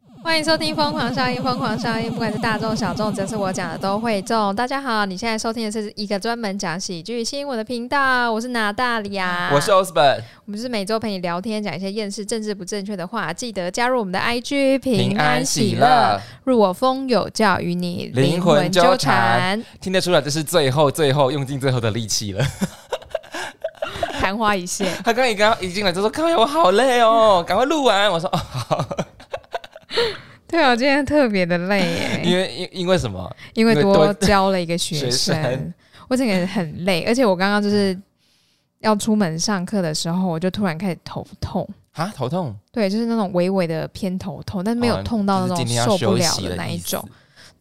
欢迎收听《疯狂效应》，疯狂效应，不管是大众小众，只要是我讲的都会中。大家好，你现在收听的是一个专门讲喜剧新闻的频道，我是哪大里呀？我是 Osborn，我们是每周陪你聊天，讲一些厌世、政治不正确的话。记得加入我们的 IG，平安喜乐，，入我风有教，与你灵魂魂纠纠缠。听得出来这是最后最后用尽最后的力气了。 昙花一现，他刚一刚一进来就说：“康友，我好累哦，赶快录完。”我说：“ 哦，好。 对啊，我今天特别的累”耶，因为因因为什 么？因为因为多多教了一个学学生生，我整个人很 累，而且我刚刚就是要出门上课的时候，我就突然开始头痛。啊，头痛，对，就是那种微微的偏头痛，但没有哦痛到那种就是今天要受不休了息的的那一意思种。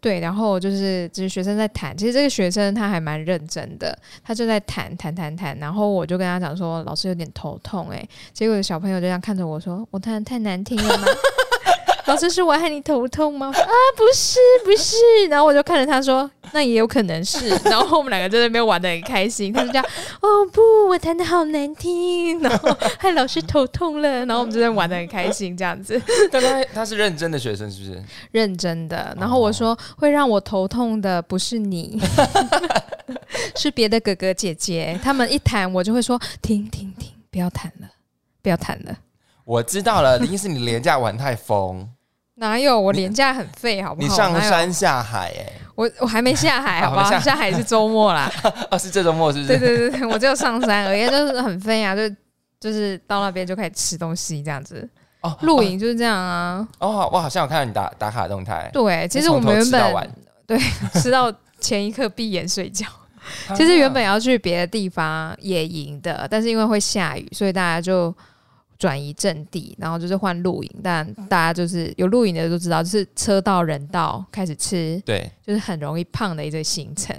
对，然后就是就是学生在谈，其实这个学生他还蛮认真的，他就在谈谈谈谈，然后我就跟他讲说，老师有点头痛哎、欸结果小朋友就这样看着我说，我弹的太难听了吗？ 老师是我害你头痛吗？我说啊，不是不是，然后我就看着他说，那也有可能是，然后我们两个在那边玩的很开心，他就这样，哦不，我弹的好难听，然后 害老师头痛了，然后我们就在玩的很开心这样子。 但他他是认真的学生，是不是？认真哦的。然后我说、会让我头痛的不是 你，是别的哥哥姐姐。他们一谈我就会说停停停，不要谈了，不要谈了。我知道了，一定是你廉价玩 太疯，哪有我你廉价很废，好不好？你上哪有山下海、哎我我还没下 海，好不哦好？没下下海是周末 啦。哎，哦，是这周末是不对是？对对对，我只有上山而已，就是很废啊，就就是到那边就开始吃东西这样子。哦，露营就是这样啊。哦，好我好像有看到你打打卡动态，对，其你实从我们头原吃到本晚 吃到前一刻闭眼睡觉。其实原本啊要去别的地方野营的，但是因为会下雨，所以大家就转移阵地，然后就是换露营。但大家就是有露营的都知道，就是车到人到开始吃，对。就是很容易胖的一个行程。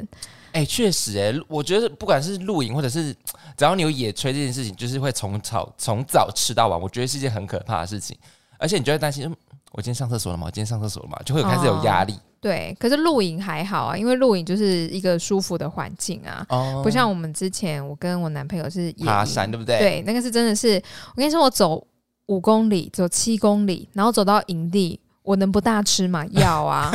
哎、确实、哎，我觉得不管是露营或者是只要你有野炊这件事情，就是会从早从早吃到晚，我觉得是一件很可怕的事情。而且你就会担心，嗯，我今天上厕所了吗？我今天上厕所了吗？就会有开哦始有压力对，可是露营还好啊，因为露营就是一个舒服的环境啊，哦不像我们之前我跟我男朋友是野爬营山，对不对？对，那个是真的是，我跟你说，我走五公里，走七公里，然后走到营地，我能不大吃吗？要 啊，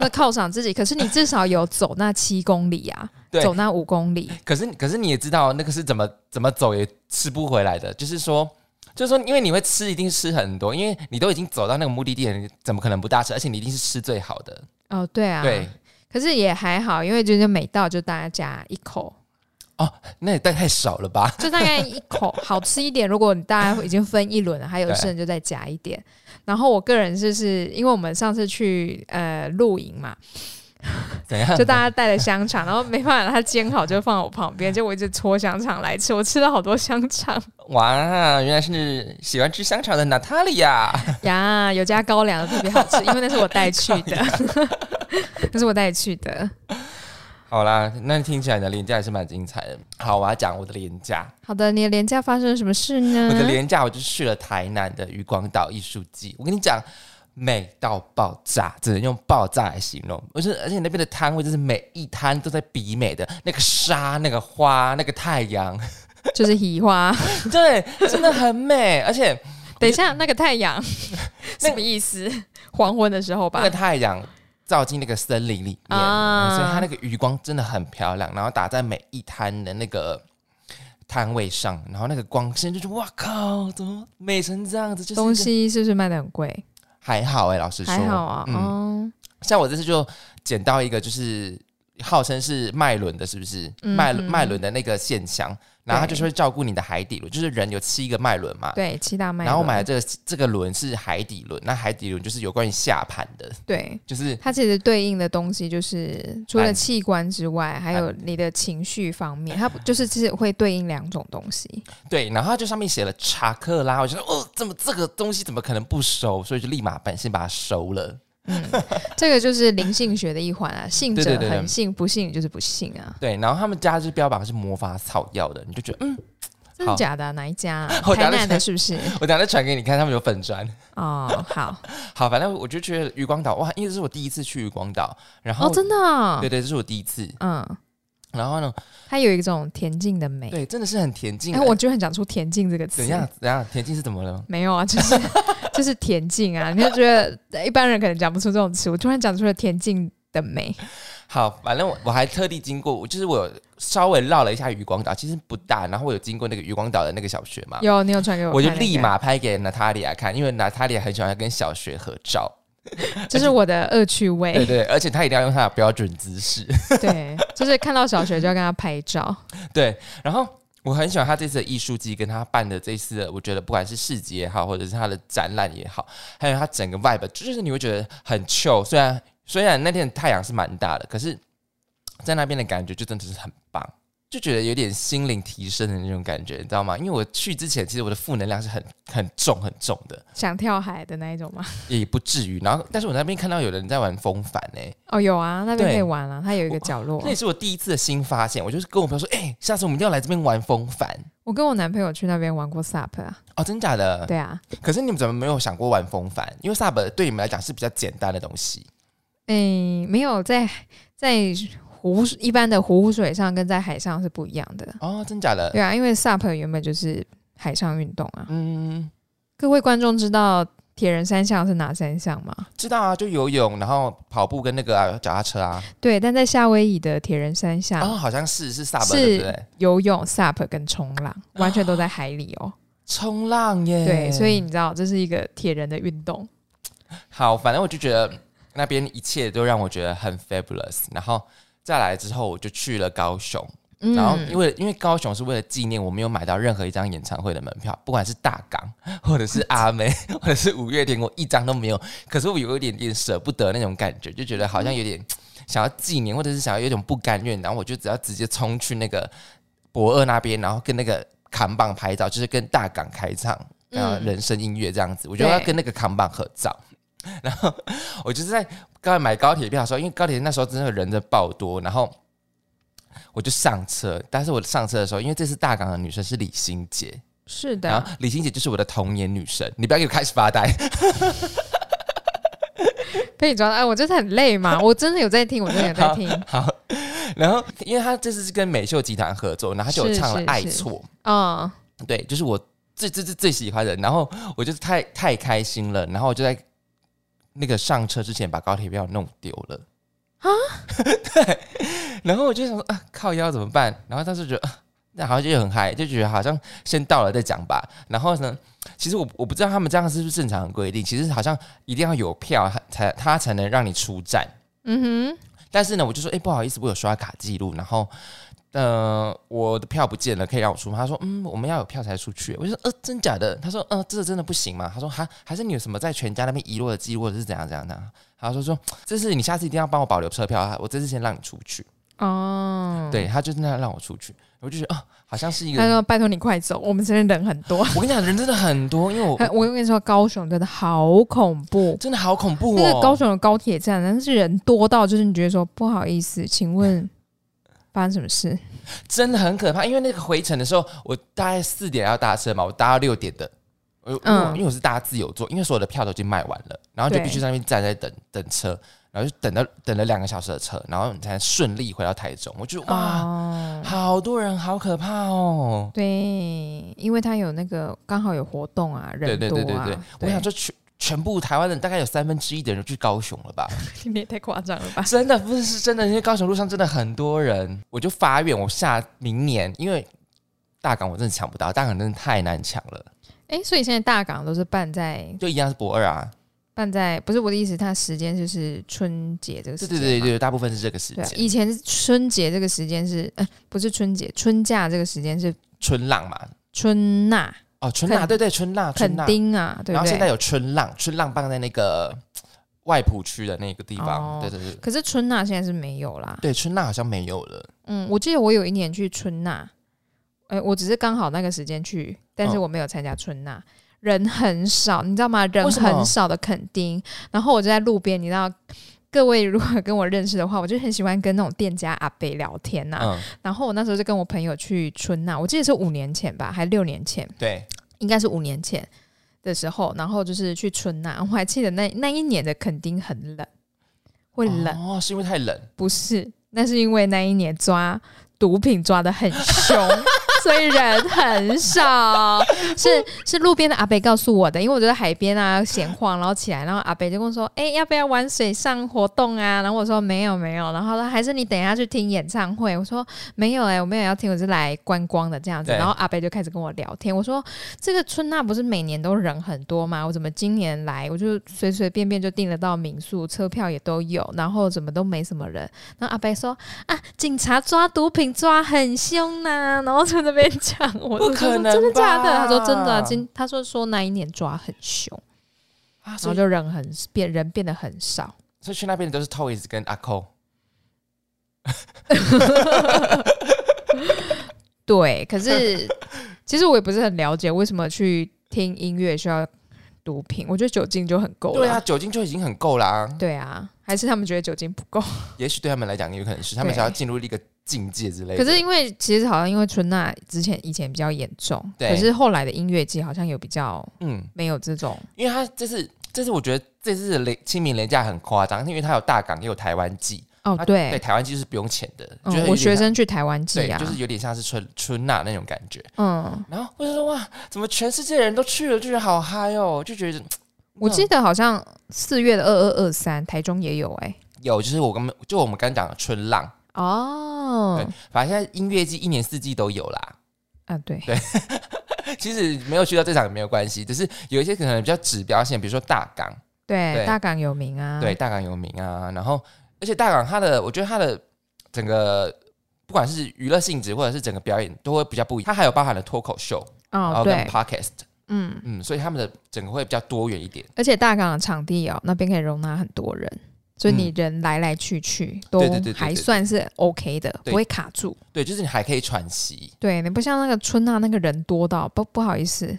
那犒赏自己。可是你至少有走那七公里啊，对走那五公里，可是可是你也知道，那个是怎么怎么走也吃不回来的。就是说，就是说，因为你会吃，一定吃很多，因为你都已经走到那个目的地了，你怎么可能不大吃？而且你一定是吃最好的。哦，对啊，对。可是也还好，因为就是每到就大家一口，那也太少了吧？就大概一口好吃一点。如果你大家已经分一轮了，还有对剩就再夹一点。然后我个人就是因为我们上次去呃露营嘛，怎 样？就大家带了香肠，然后没办法，他煎好就放我旁边，就我一直搓香肠来吃，我吃了好多香肠哇，原来是喜欢吃香肠的娜塔莉亚。呀，有加高粱的特别好吃，因为那是我带去的， 那是我带去的。 好啦，那听起来你的廉价也是蛮精彩的。好，我要讲我的廉价。好的，你的廉价发生了什么事呢？我的廉价，我就去了台南的渔光岛艺术季。我跟你讲，美到爆炸，只能用爆炸来形容。我是，而且那边的摊位就是每一摊都在比美的那个沙、那个花、那个太阳，就是移 花。对，真的很美。而且等一下，那个太阳那什么意思？黄昏的时候吧那个。太阳照进那个森林里面，啊所以它那个余光真的很漂亮，然后打在每一摊的那个摊位上，然后那个光线就是哇靠，怎么美成这样子？就是一个东西是不是卖的很贵？还好哎、老实说还好啊，嗯哦，像我这次就捡到一个，就是号称是脉轮的，是不是？嗯脉嗯脉轮的那个现象，然后它就是会照顾你的海底轮，就是人有七个脉轮嘛。对，七大卖。然后我买的这个这个轮是海底轮，那海底轮就是有关于下盘的，对。就是它其实对应的东西就是除了懒器官之外，还有你的情绪方面，它哎就是其实会对应两种东西。对，然后它就上面写了查克拉，我就说哦，怎么这个东西怎么可能不熟？所以就立马本先把它收了。嗯 这个就是灵性学的一环啊，信对者对对对恒信，不信就是不信啊。对，然后他们家就标榜是魔法草药的，你就觉得嗯，真的假的啊、哪一家、啊？ 我台打算南的是不是？我等下再传给你看，他们有粉砖。哦，好，好，反正我就觉得渔光岛哇，因为这是我第一次去渔光岛，然后、哦，真的、哦对，对，这是我第一次，嗯，然后呢，它有一种田径的美。对，真的是很啊田径、哎，我就很想出田径这个词怎。样怎样？田径是怎么了？没有啊， 就是就是田径啊，你就觉得一般人可能讲不出这种词，我突然讲出了田径的美。好，反正我我还特地经过，我就是我有稍微绕了一下渔光岛，其实不大，然后我有经过那个渔光岛的那个小学嘛，有，你有传给我我就看那立个马拍给娜塔莉亚看，因为娜塔莉亚很喜欢跟小学合照，这是我的恶趣味。对对，而且她一定要用她的标准姿势， 对，就是看到小学就要跟他拍照。对，然后。我很喜欢他这次的艺术季，跟他办的这次的，我觉得不管是市集也好，或者是他的展览也好，还有他整个 vibe，就是你会觉得很 chill。虽然虽然那天的太阳是蛮大的，可是在那边的感觉就真的是很棒，就觉得有点心灵提升的那种感觉，你知道吗？因为我去之前，其实我的负能量是很很重很重的，想跳海的那一种吗？也不至于。然后，但是我那边看到有人在玩风帆呢、哦，有啊，那边对可以玩啊，它有一个我角落那。也是我第一次的新发现。我就是跟我朋友说，哎、下次我们一定要来这边玩风帆我跟我男朋友去那边玩过 SUP 啊，哦，真假的？对啊，可是你们怎么没有想过玩风帆？因为 sub 对你们来讲是比较简单的东西。诶，没有在在湖一般的湖水上跟在海上是不一样的，哦，真假的？对啊，因为 SUP 原本就是海上运动啊。嗯，各位观众知道铁人三项是哪三项吗？知道啊，就游泳，然后跑步跟那个啊脚、踏车啊。对，但在夏威夷的铁人三项，哦，好像是是 sub 啊是对不对？游泳、SUP 跟冲浪完全都在海里哦。冲浪耶。对，所以你知道这是一个铁人的运动。好，反正我就觉得那边一切都让我觉得很 fabulous。然后再来之后，我就去了高雄。嗯然后因为因为高雄是为了纪念我没有买到任何一张演唱会的门票，不管是大港或者是阿妹 或者是五月天，我一张都没有。可是我有一点点舍不得那种感觉，就觉得好像嗯有点想要纪念，或者是想要有点不甘愿。然后我就只要直接冲去那个博二那边，然后跟那个扛棒拍照，就是跟大港开唱，嗯然后人声音乐这样子。我就要对跟那个扛棒合照。 然后我就是在刚才买高铁票的时候，因为高铁那时候真的人在爆多，然后我就上车。但是我上车的时候，因为这次大港的女生是李心洁，是的然啊后，李心洁就是我的童年女神。你不要给我开始发呆， 被你抓到，哎，我真的很累 嘛，我真的有在听，我真的有在听，好。然后，因为她这次是跟美秀集团合作，然后她就有唱了是是《爱是错》，嗯，对，就是我最最最最喜欢的。然后我就是太太开心了，然后我就在那个上车之前把高铁票弄丢了啊， 对。然后我就想说啊，靠腰怎么办？然后当时觉得。啊那好像就很嗨，就觉得好像先到了再讲吧。然后呢，其实我我不知道他们这样是不是正常的规定，其实好像一定要有票才他才能让你出站。嗯哼，但是呢，我就说，哎、不好意思，我有刷卡记录，然后，呃，我的票不见了，可以让我出吗？他说，嗯，我们要有票才出去。我就说，呃，真假的？他说，呃，这个真的不行吗？他说，还还是你有什么在全家那边遗落的记录，或者是怎样怎样的？他说说，这次你下次一定要帮我保留车票，我这次先让你出去。哦，对，他就那样让我出去，我就觉得，啊、好像是一他个。说：“拜托你快走，我们这边人很多。我跟你讲，人真的很多，因为我还 我跟你说，高雄真的好恐怖，真的好恐怖哦。那个高雄的高铁站，但是人多到就是你觉得说不好意思，请 问发生什么事？真的很可怕，因为那个回程的时候，我大概四点要搭车嘛，我搭到六点的，我因为我、嗯因为我是搭自由座，因为所有的票都已经卖完了，然后就对必须在那边站在等等车，然后就等到等了两个小时的车，然后你才能顺利回到台中。我就哇，哦，啊好多人，好可怕哦！对，因为他有那个刚好有活动啊，对人对多对对啊，对，我想说全全部台湾人大概有三分之一的人去高雄了吧？ 你也太夸张了吧？真的不是是真的，因为高雄路上真的很多人，我就发愿，我下明年因为。大港我真的抢不到，大港真的太难抢了，哎，所以现在大港都是办在就一样是博二啊，办在，不是我的意思，它时间就是春节这个时对间对嘛。对对，大部分是这个时对啊间，以前春节这个时间是，呃，不是春节，春假这个时间是春浪嘛，春娜、哦，春浪，垦对对，春浪，春垦浪，丁啊，对然不后现在对？有春浪，春浪放在那个外埔区的那个地哦方，对对对可是春娜现在是没有啦。对，春浪好像没有了，嗯，我记得我有一年去春娜，呃，我只是刚好那个时间去，但是嗯我没有参加春娜。人很少，你知道吗？人为什么很少的垦丁，然后我就在路边，你知道，各位如果跟我认识的话，我就很喜欢跟那种店家阿伯聊天呐、嗯，然后我那时候就跟我朋友去春娜，我记得是五年前吧，还六年前，对，应该是五年前的时候。然后就是去春娜，我还记得那那一年的垦丁很冷，会冷，哦，是因为太冷，不是那是因为那一年抓毒品抓的很凶。所以人很少，是是路边的阿北告诉我的，因为我就在海边啊闲晃，然后起来，然后阿北就跟我说：“哎、要不要玩水上活动啊？”然后我说：“没有，没有。”然后他说：“还是你等一下去听演唱会。”我说：“没有、欸，哎，我没有要听，我是来观光的这样子。”对然后阿北就开始跟我聊天，我说：“这个春娜不是每年都人很多吗？我怎么今年来我就随随便便就订得到民宿，车票也都有，然后怎么都没什么人？”然后阿北说：“啊，警察抓毒品抓很凶呐、 然后就在那边讲，我不我就说可能真的假的？吧他说真的啊、今他说说那一年抓很凶，啊，然后所以就人很变人变得很少。所以去那边的都是 Toys 跟阿扣，对，可是 其实我也不是很了解为什么去听音乐需要毒品，我觉得酒精就很够了。对啊，酒精就已经很够啦、对啊，还是他们觉得酒精不够。也许对他们来讲有可能是他们对想要进入一个境界之类的。可是因为其实好像因为春娜之前以前比较严重，对可是后来的音乐季好像有比较嗯，没有这种因为他这次这次我觉得这次的雷清明廉价很夸张，因为他有大港也有台湾季，哦啊，对对，台湾季是不用钱的，嗯就是有点我学像生去台湾寄对，啊，就是有点像是春春娜那种感觉。嗯，然后我就说哇，怎么全世界人都去了，就觉得好嗨哦，就觉得嗯我记得得好像四月的二二二三，台中也有哎、有，就是我刚就我们刚讲的春浪，哦对，反正现在音乐季一年四季都有啦。啊对，对其实没有去到这场也没有关系，只是有一些可能比较指标性，比如说大港，对对大港有名啊，对，大港有名啊。然后，而且大港它的，我觉得它的整个不管是娱乐性质或者是整个表演，都会比较不一样。它还有包含了脱口秀，然哦后跟对， podcast，嗯，嗯，所以他们的整个会比较多元一点。而且大港的场地哦，那边可以容纳很多人，所以你嗯人来来去去都对对对对对还对算是 OK 的，对不会卡住。对，就是你还可以 喘息。对你不像那个春娜那个人多到不不好意思，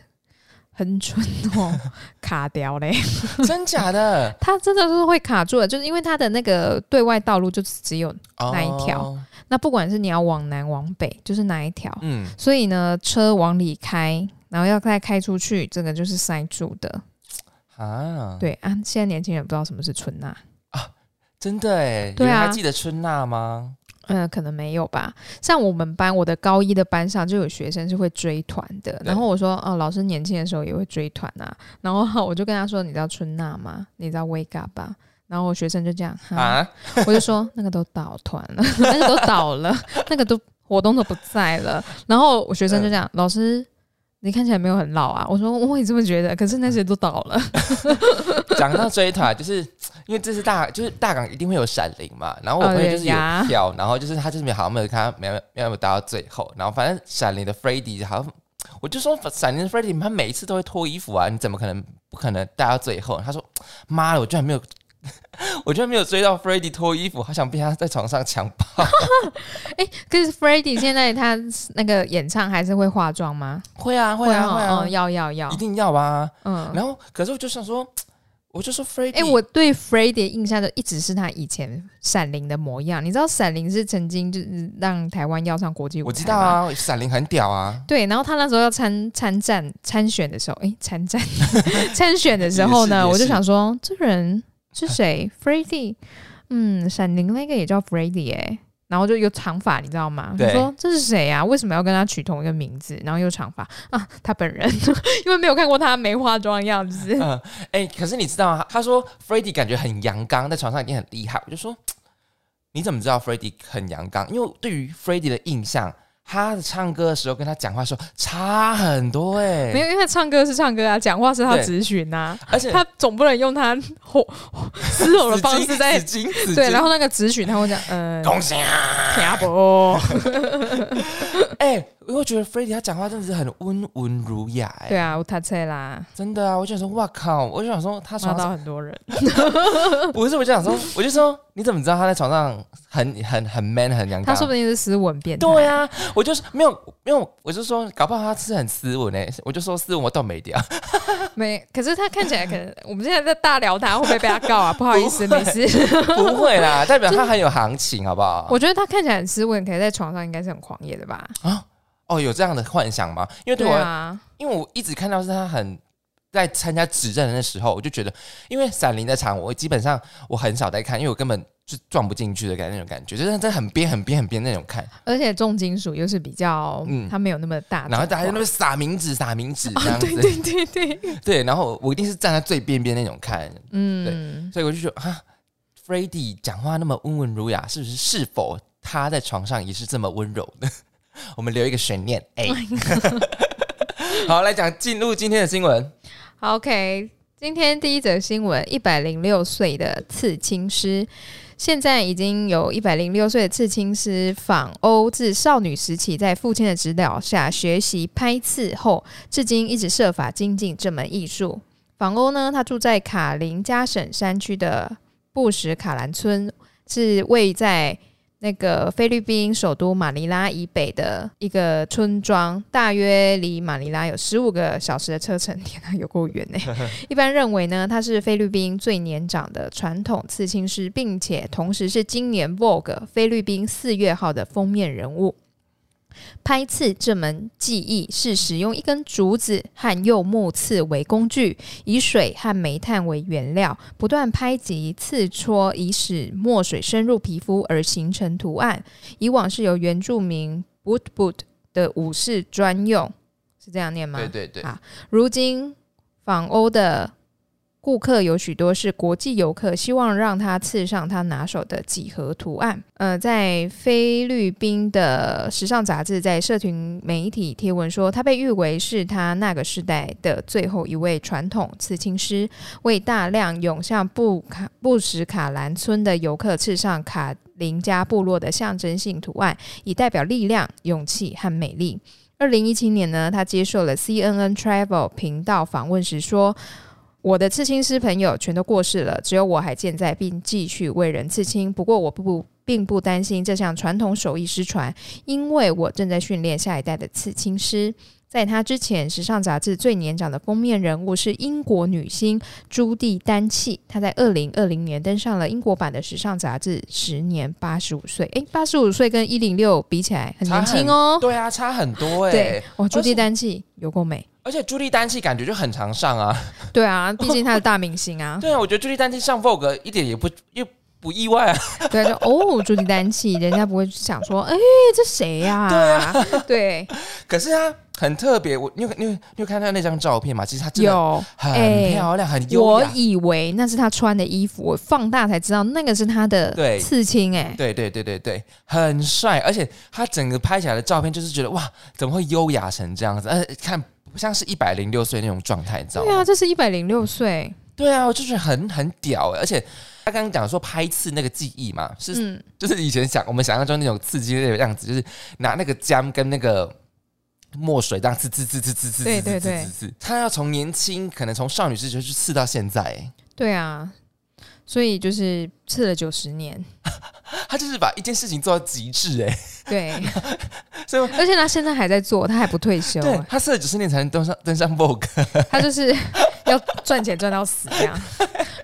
很蠢哦， 卡掉嘞。 真假的他真的是会卡住的，就是因为他的那个对外道路就只有那一条？哦那，不管是你要往南往北，就是哪一条，嗯，所以呢，车往里开，然后要再开出去，这个就是塞住的。啊，，对啊，现在年轻人不知道什么是春娜，真的哎，对啊你们还记得春娜吗？嗯、可能没有吧。像我们班，我的高一的班上就有学生是会追团的，然后我说，哦，老师年轻的时候也会追团啊，然后 我就跟他说，你知道春娜吗？你知道 Wake Up 吧？然后我学生就这样，哈啊，我就说那个都倒团了， 那个都倒了，那个都活动都不在了。然后我学生就嗯这样，老师。你看起来没有很老啊，我说我也这么觉得，可是那些都倒了，讲到追团，就是因为这是大，就是大港一定会有闪灵嘛。然后我哦朋友就是对有呀跳，然后就是他就是没有好像没有看，没有没有打到最后。然后反正闪灵的 f r e d d y 好像，我就说闪灵的 f r e d d y 他每一次都会脱衣服啊，你怎么可能不可能带到最后？他说妈的，我居然没有。我居然没有追到 f r e d d y 脱衣服，好想被他在床上强 暴。可是 f r e d d y 现在他那个演唱还是会化妆吗？会啊，会啊，哦会啊，哦要要要一，定要啊。嗯，然后，可是我就想说，我就说 f r e d d 哎、 y 我对 f r e d d y 的印象就一直是他以前《闪灵》的模样。你知道《闪灵》是曾经就是让台湾要上国际舞我台知道吗。啊，闪灵很屌啊。对，然后他那时候要参参战参选的时候，哎、参战 参选的时候也呢，是我就想说，这个人是谁 f r e d d y 嗯，《闪灵》那个也叫 f r e d d y 哎、然后就有长发，你知道吗？我对说这是谁啊？为什么要跟他取同一个名字？然后又长发啊，他本人， 因为没有看过他没化妆的样 子。嗯，哎、可是你知道啊，他说 f r e d d y 感觉很阳刚，在床上已经很厉害。我就说，你怎么知道 f r e d d y 很阳刚？因为我对于 f r e d d y 的印象，他唱歌的时候跟他讲话的时候差很多哎、没有，因为他唱歌是唱歌啊，讲话是他对咨询呐，而且他总不能用他吼吼嘶吼的紫方金式在 紫金紫金对，然后那个咨询他会讲，嗯、呃，恭喜啊！听不，哎、我会觉得 f r e d d y 他讲话真的是很温文儒雅哎、对啊，我他猜啦，真的啊，我就想说，哇靠！我就想说，他骂床到上很多人，不是，我就想说，我就说，你怎么知道他在床上很很很 man 很阳他刚？说不定是斯文变态，对啊，我就是没有没有，我就说搞不好他是很斯文诶、我就说斯文我倒没 掉，没，可是他看起来可能，我们现在在大聊他，会不会被他告啊？不好意思，没事， 不会啦，代表他很有行情，好不好？我觉得他看起来很斯文，可是在床上应该是很狂野的吧？哦，有这样的幻想吗？因为对对我，啊，因为我一直看到是他很在参加指认的时候，我就觉得，因为闪灵的场我基本上我很少在看，因为我根本就撞不进去的感觉，那种感觉，就是在很边很边很边那种看，而且重金属又是比较，嗯它没有那么大众化，然后大家在那边撒名字撒名字这啊， 样子，对对对对，对，然后我一定是站在最边边那种看，嗯，所以我就觉得啊 f r e d d y 讲话那么温文儒雅，是不是？是否他在床上也是这么温柔的？ 我们留一个悬念。哎、Oh 好，来讲进入今天的新闻。好 OK，今天第一则新闻，一百零六岁的刺青师，现在已经有一百零六岁的刺青师访欧自少女时期，在父亲的指导下学习拍刺后，至今一直设法精进这门艺术。访欧呢，他住在卡林加省山区的布什卡兰村，是位在那个菲律宾首都马尼拉以北的一个村庄，大约离马尼拉有十五个小时的车程。天啊，有够远呢！一般认为呢，他是菲律宾最年长的传统刺青师，并且同时是今年 Vogue 菲律宾四月号的封面人物。拍刺这门技艺是使用一根竹子和柚木刺为工具，以水和煤炭为原料，不断拍击刺戳，以使墨水深入皮肤而形成图案。以往是由原住民 boot boot 的武士专用，是这样念吗？对对对好，如今访欧的顾客有许多是国际游客，希望让他刺上他拿手的几何图案。呃，在菲律宾的时尚杂志在社群媒体贴文说，他被誉为是他那个时代的最后一位传统刺青师，为大量涌向布卡布什卡兰村的游客刺上卡林加部落的象征性图案，以代表力量、勇气和美丽。二零一七年呢，他接受了 CNN Travel 频道访问时说：“我的刺青师朋友全都过世了，只有我还健在，并继续为人刺青。不过我不不并不担心这项传统手艺失传，因为我正在训练下一代的刺青师。”在他之前，时尚杂志最年长的封面人物是英国女星朱蒂·丹契。她在二零二零年登上了英国版的时尚杂志，时年八十五岁。诶，八十五岁跟一零六比起来，很年轻哦。对啊，差很多哎、对，哇，朱而且棣丹契有够美。而且朱莉丹契感觉就很常上啊。 对 啊，毕竟他是大明星啊。对啊，我觉得朱莉丹契上 Vogue 一点也不又不意外啊。对，就哦，朱棣丹契，人家不会想说，哎、这谁呀、啊对可是她很特别，我你有你有你有看到那张照片吗？其实 她真的有。很哎漂亮，很优我雅。以为那是他穿的衣服，我放大才知道那个是他的对刺青、哎，对对对对对，很帅，而且他整个拍起来的照片就是觉得哇，怎么会优雅成这样子？而且看不像是一百零六岁那种状态，你知道对啊，吗？这是一百零六岁，对啊，我就觉得很很屌欸，而且他刚刚讲说拍刺那个技艺嘛，是、嗯，就是以前想我们想象中那种刺激的那个样子，就是拿那个姜跟那个。墨水这样刺刺刺刺刺刺刺对刺对刺对刺刺，他要从年轻，可能从少女时期就刺到现在，欸对啊，所以就是刺了九十年，他就是把一件事情做到极致，哎，对， 所以而且他现在还在做，他还不退休、啊对他刺了九十年才能登上登上 Vogue，他就是 要赚钱赚到死这样。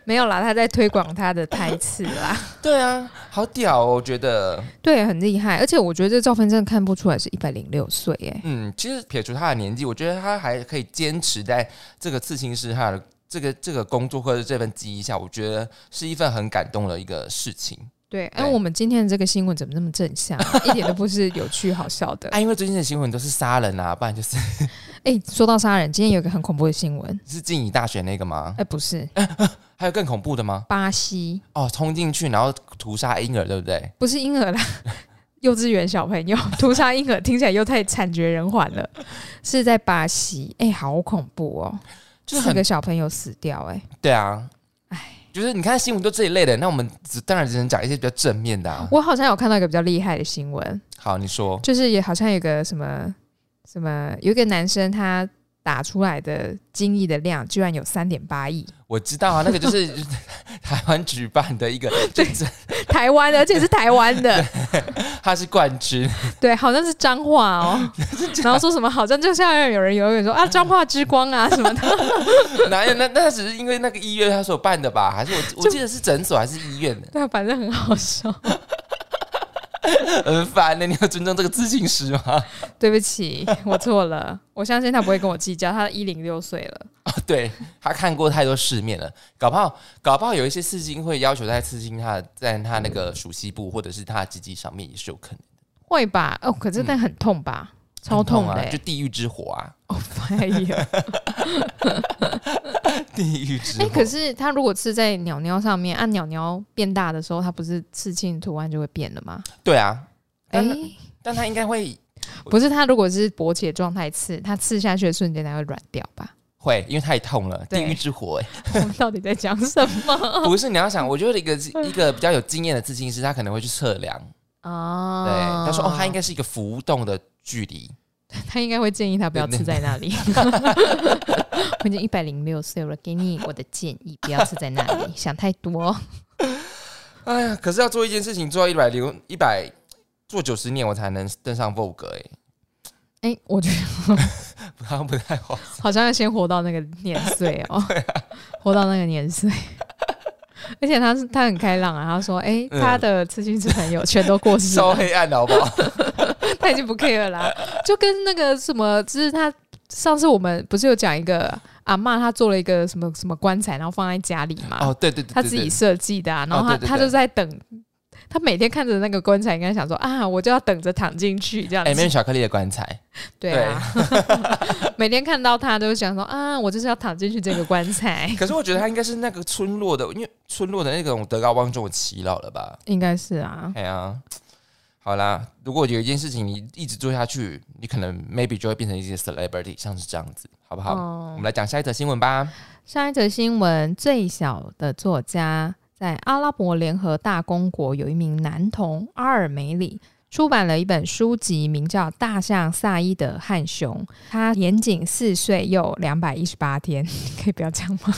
没有啦，他在推广他的台词啦，对啊，好屌、哦，我觉得，对，很厉害。而且我觉得这照片真的看不出来是一百零六岁耶。嗯，其实撇除他的年纪，我觉得他还可以坚持在这个刺青师他的这个这个工作或者这份技艺下，我觉得是一份很感动的一个事情。对，对哎，我们今天的这个新闻怎么那么正向 啊、一点都不是有趣好笑的。啊，因为最近的新闻都是杀人啊，不然就是 哎，说到杀人，今天有一个很恐怖的新闻，是静怡大学那个吗？哎，不是还有更恐怖的吗？巴西，哦，冲进去然后屠杀婴儿，对不对？不是婴儿啦， 幼稚园小朋友屠杀婴儿，听起来又太惨绝人寰了。是在巴西，哎，好恐怖哦，就是四很个小朋友死掉，哎，对啊，哎。就是你看新闻都这一类的，那我们只当然只能讲一些比较正面的、啊。我好像有看到一个比较厉害的新闻，好，你说，就是也好像有个什么什么，有一个男生他打出来的精液的量居然有三点八 亿，我知道啊，那个就是 台湾举办的一个，对，台湾的，而且是台湾的， 他是冠军。对，好像是彰化哦，然后说什么好像就像有人有人说啊彰化之光 啊什么的， 哪有？那那只是因为那个医院他所办的吧？还是我我记得是诊所还是医院的？对啊，反正很好笑。 很烦欸的，你要尊重这个自信师吗？对不起，我错了，我相信他不会跟我计较，他一零六岁了，哦， 对他看过太多世面了，搞不好搞不好有一些刺青会要求在刺青他在他那个属膝部或者是他的鸡鸡上面也是有可能，会吧？哦，可是但很痛吧，超嗯很痛的、啊，欸就地狱之火啊，哦，哎呀， 地狱之哎、火。可是它如果刺在鸟鸟上面，按、啊、鸟鸟变大的时候，它不是刺青图案就会变了吗？对啊，哎、但但他应该会不是，它如果是勃起的状态刺，它刺下去的瞬间它会软掉吧？会，因为太痛了，地对狱之火、欸。 我们到底在讲什 么不是你要想，我觉得一个一个比较有经验的刺青师，他可能会去测量，对，啊？他说哦，他应该是一个浮动的距离， 他应该会建议他不要刺在那里。 我已经一百零六岁了，给你我的建议，不要刺在那里，想太多。哎呀，可是要做一件事情做到一百零一百，做九十年我才能登上 Vogue 哎、哎、我觉得好 像不太好。好像要先活到那个年岁 哦，啊活到那个年岁。 而且他是他很开朗啊，他说：“哎、嗯他的刺青之朋友全都过世了 稍黑暗了好不好？他已经不 care 啦、就跟那个什么，就是他上次我们不是有讲一个阿嬷，她做了一个什么什么棺材，然后放在家里嘛，哦，对对对对对，她自己设计的、啊，然后哦她对对对她就在等，她每天看着那个棺材，应该想说啊，我就要等着躺进去这样哎，没子，有巧克力的棺材，对啊， 每天看到她都想说啊，我就是要躺进去这个棺材，可是我觉得它应该是那个村落的，因为村落的那种德高望重的祈老了吧？应该是啊，哎呀，好啦，如果有一件事情你一直做下去，你可能 maybe 就会变成一些 celebrity，像是这样子，好不好？我嗯们来讲下一则新闻吧。上一则新闻，最小的作家在阿拉伯联合大公国有一名男童阿尔梅里。出版了一本书籍，名叫《大象萨伊德和熊》，他年仅四岁又两百一十八天， 可以不要这样吗？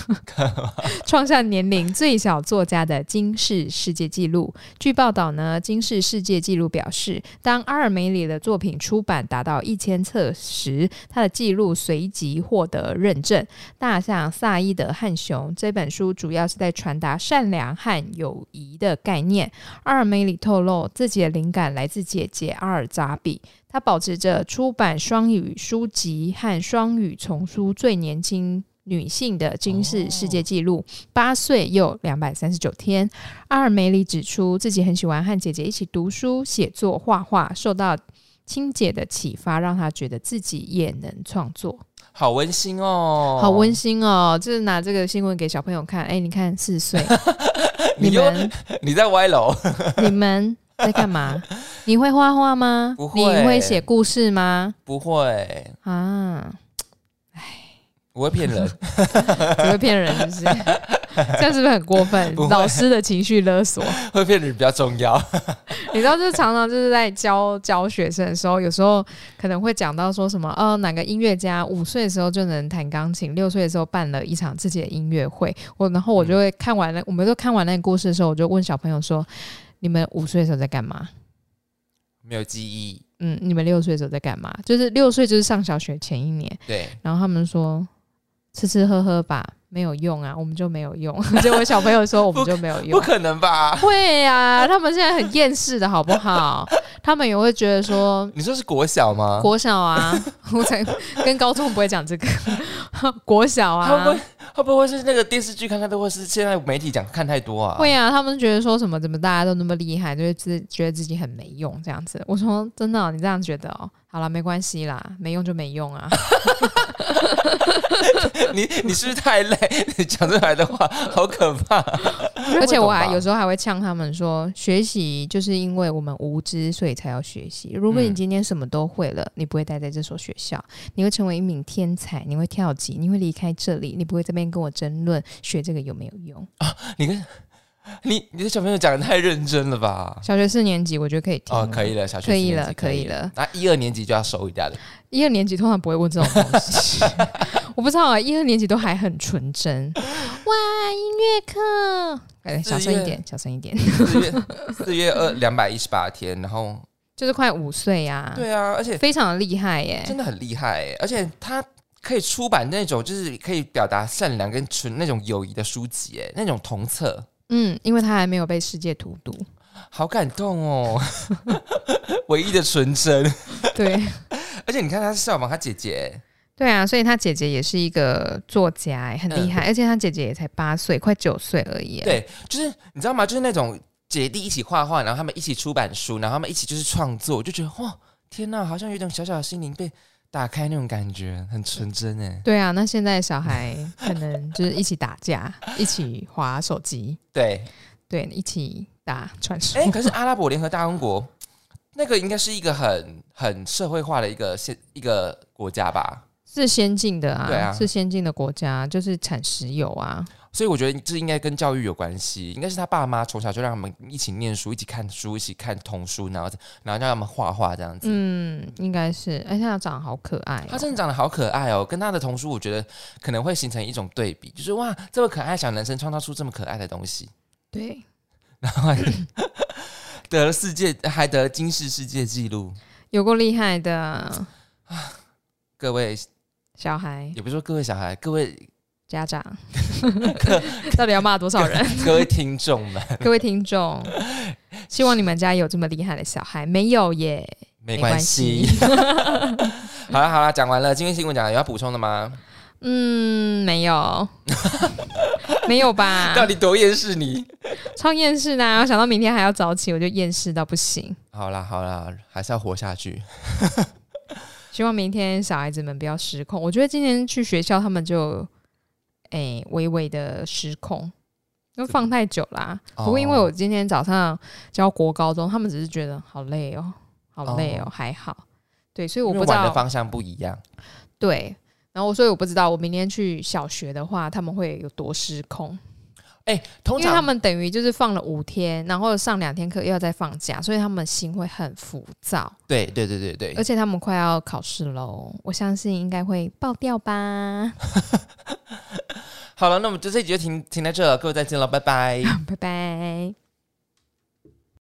创下年龄最小作家的金氏世界纪录。据报道呢，金氏世界纪录表示，当阿尔梅里的作品出版达到一千册时，他的记录随即获得认证，《大象萨伊德和熊》这本书主要是在传达善良和友谊的概念。阿尔梅里透露，自己的灵感来自姐姐阿尔扎比。她保持着出版双语书籍和双语丛书最年轻女性的金氏世界纪录，八、岁又两百三十九天。阿尔梅里指出，自己很喜欢和姐姐一起读书、写作、画画，受到亲姐的启发，让她觉得自己也能创作。好温馨哦，好温馨哦！就是拿这个新闻给小朋友看，哎、你看四 岁，你你又们你在歪楼，你们在干 嘛？你会画画吗？不你会会写故事吗？不会，啊，我会 骗人。只会骗人，是不 是？这样是不是很过分不会？老师的情绪勒索，会骗人比较重要。你知道，就是常常就是在教教学生的时候，有时候可能会讲到说什么，呃，哪个音乐家五岁的时候就能弹钢琴，六岁的时候办了一场自己的音乐会。我然后我就嗯会看完了，我们都看完那个故事的时候，我就问小朋友说：“你们五岁的时候在干嘛？没有记忆，嗯，你们六岁的时候在干嘛？就是六岁就是上小学前一年。对，”然后他们说：“吃吃喝喝吧，没有用啊，我们就没有用。” 结果小朋友说：“我们就没有啊不用。”可能吧？会呀、他们现在很厌世的好不好？他们也会觉得说，你说是国小吗？国小啊， 我才跟高中不会讲这个。 国小他啊会，不会会不会是那个电视剧看太多，或是现在媒体讲看太多啊？会啊，他们觉得说什么怎么大家都那么厉害，就会自觉得自己很没用这样子。我说真的哦、你这样觉得哦？好了，没关系啦，没用就没用 啊。你你是不是太累？你讲出来 的话好可怕。而且我还会懂吧有时候还会呛他们说，学习就是因为我们无知，所以才要学习。如果你嗯今天什么都会了，你不会待在这所学校，你会成为一名天才，你会跳级，你会离开这里，你不会这边跟我争论学这个有没有用。你跟你你的小朋友讲的太认真了吧？小学四年级我觉得可以听哦，可以了，小学可以四年了级可以了。那一二年级就要收一下了。一二年级通常不会问这种东 西，我不知道啊，一二年级都还很纯真。哇，音乐课，哎，小声一点，小声一点，四月四月二两百一十八天，然后就是快五岁呀、对啊，而且非常的厉害耶、真的很厉害欸，而且他可以出版那种就是可以表达善良跟纯那种友谊的书籍，哎，那种童册，嗯，因为他还没有被世界荼 毒，好感动 哦，唯一的纯真。对，而且你看他是效仿他姐姐，对啊，所以他姐姐也是一个作家、哎，很厉害，而且他姐姐也才八岁，快九岁而已、哎对，就是你知道吗？就是那种姐弟一起画画，然后他们一起出版书，然后他们一起就是创作，我就觉得哇，天呐，好像有种小小的心灵被打开那种感觉，很纯真哎。对啊，那现在小孩可能就是一起打架，一起划手机，对，对，一起打传说。哎、 可是阿拉伯联合大公国那个应该是一个很很社会化的一个现一个国家吧，是先进的啊，对啊是先进的国家，就是产石油啊。所以我觉得这应该跟教育有关系，应该是他爸妈从小就让他们一起念书，一起看书，一起看童书，然后然后让他们画画这样子。嗯，应该是。哎，他长得好可爱哦、他真的长得好可爱哦，跟他的童书，我觉得可能会形成一种对比，就是哇，这么可爱的小男生创造出这么可爱的东西， 对，然后还得了世界，还得了金氏世界纪录。有够厉害的啊各位，小孩也不是说各位小孩，各位家 长，到底要骂多少人？各位听众们，各位听众，希望你们家有这么厉害的小孩，没有耶？没关系。好了好了，讲完了，今天新闻讲了，有要补充的吗？嗯，没 有，没有吧？到底多厌世你？超厌世的、啊，我想到明天还要早起，我就厌世到不行。好啦好啦，还是要活下去。希望明天小孩子们不要失控。我觉得今天去学校，他们就诶、微微的失控，因为放太久啦、哦不过因为我今天早上教国高中，他们只是觉得好累哦，好累哦，哦还好。对，所以我因不为知玩的道方向不一样。对。然后，所以我不知道，我明天去小学的话，他们会有多失控，哎、通因为他常们等于就是放了五天，然后上两天课又要再放假，所以他们心会很浮躁。对对对对对而，且他们快要考试喽，我相信应该会爆掉吧。 好了，那我们这一集就停停在这了，各位再见了，拜拜。拜拜。